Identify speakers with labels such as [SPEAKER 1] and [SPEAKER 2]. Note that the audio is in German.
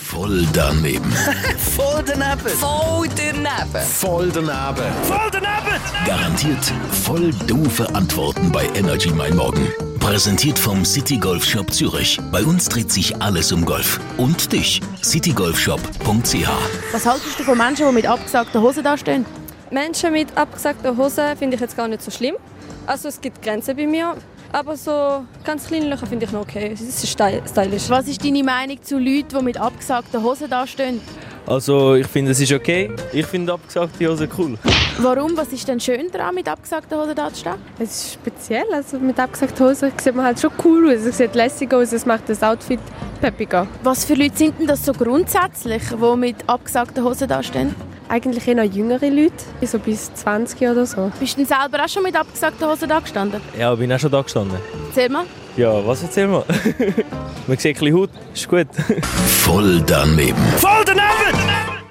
[SPEAKER 1] Voll daneben.
[SPEAKER 2] Voll daneben.
[SPEAKER 3] Voll daneben.
[SPEAKER 1] Voll daneben. Garantiert voll doofe Antworten bei Energy Mein Morgen. Präsentiert vom City Golf Shop Zürich. Bei uns dreht sich alles um Golf. Und dich, citygolfshop.ch.
[SPEAKER 4] Was haltest du von Menschen, die mit abgesagten Hosen dastehen?
[SPEAKER 5] Menschen mit abgesagten Hosen finde ich jetzt gar nicht so schlimm. Also es gibt Grenzen bei mir. Aber so ganz kleine Löcher finde ich noch okay. Es ist styl- stylisch.
[SPEAKER 4] Was ist deine Meinung zu Leuten, die mit abgesagten Hosen dastehen?
[SPEAKER 6] Also ich finde, es ist okay. Ich finde abgesagte Hosen cool.
[SPEAKER 4] Warum? Was ist denn schön daran, mit abgesagten Hosen dazustehen?
[SPEAKER 7] Es ist speziell, also mit abgesagten Hosen sieht man halt schon cool aus, es sieht lässig aus, es macht das Outfit peppiger.
[SPEAKER 4] Was für Leute sind denn das so grundsätzlich, die mit abgesagten Hosen dastehen?
[SPEAKER 7] Eigentlich eher jüngere Leute, so bis 20 oder so.
[SPEAKER 4] Bist du denn selber auch schon mit abgesagten Hosen dagestanden?
[SPEAKER 6] Ja, bin auch schon da gestanden.
[SPEAKER 4] Erzähl mal.
[SPEAKER 6] Ja, was erzähl mal? Man sieht ein bisschen Haut, ist gut.
[SPEAKER 1] Voll daneben.
[SPEAKER 2] Voll daneben.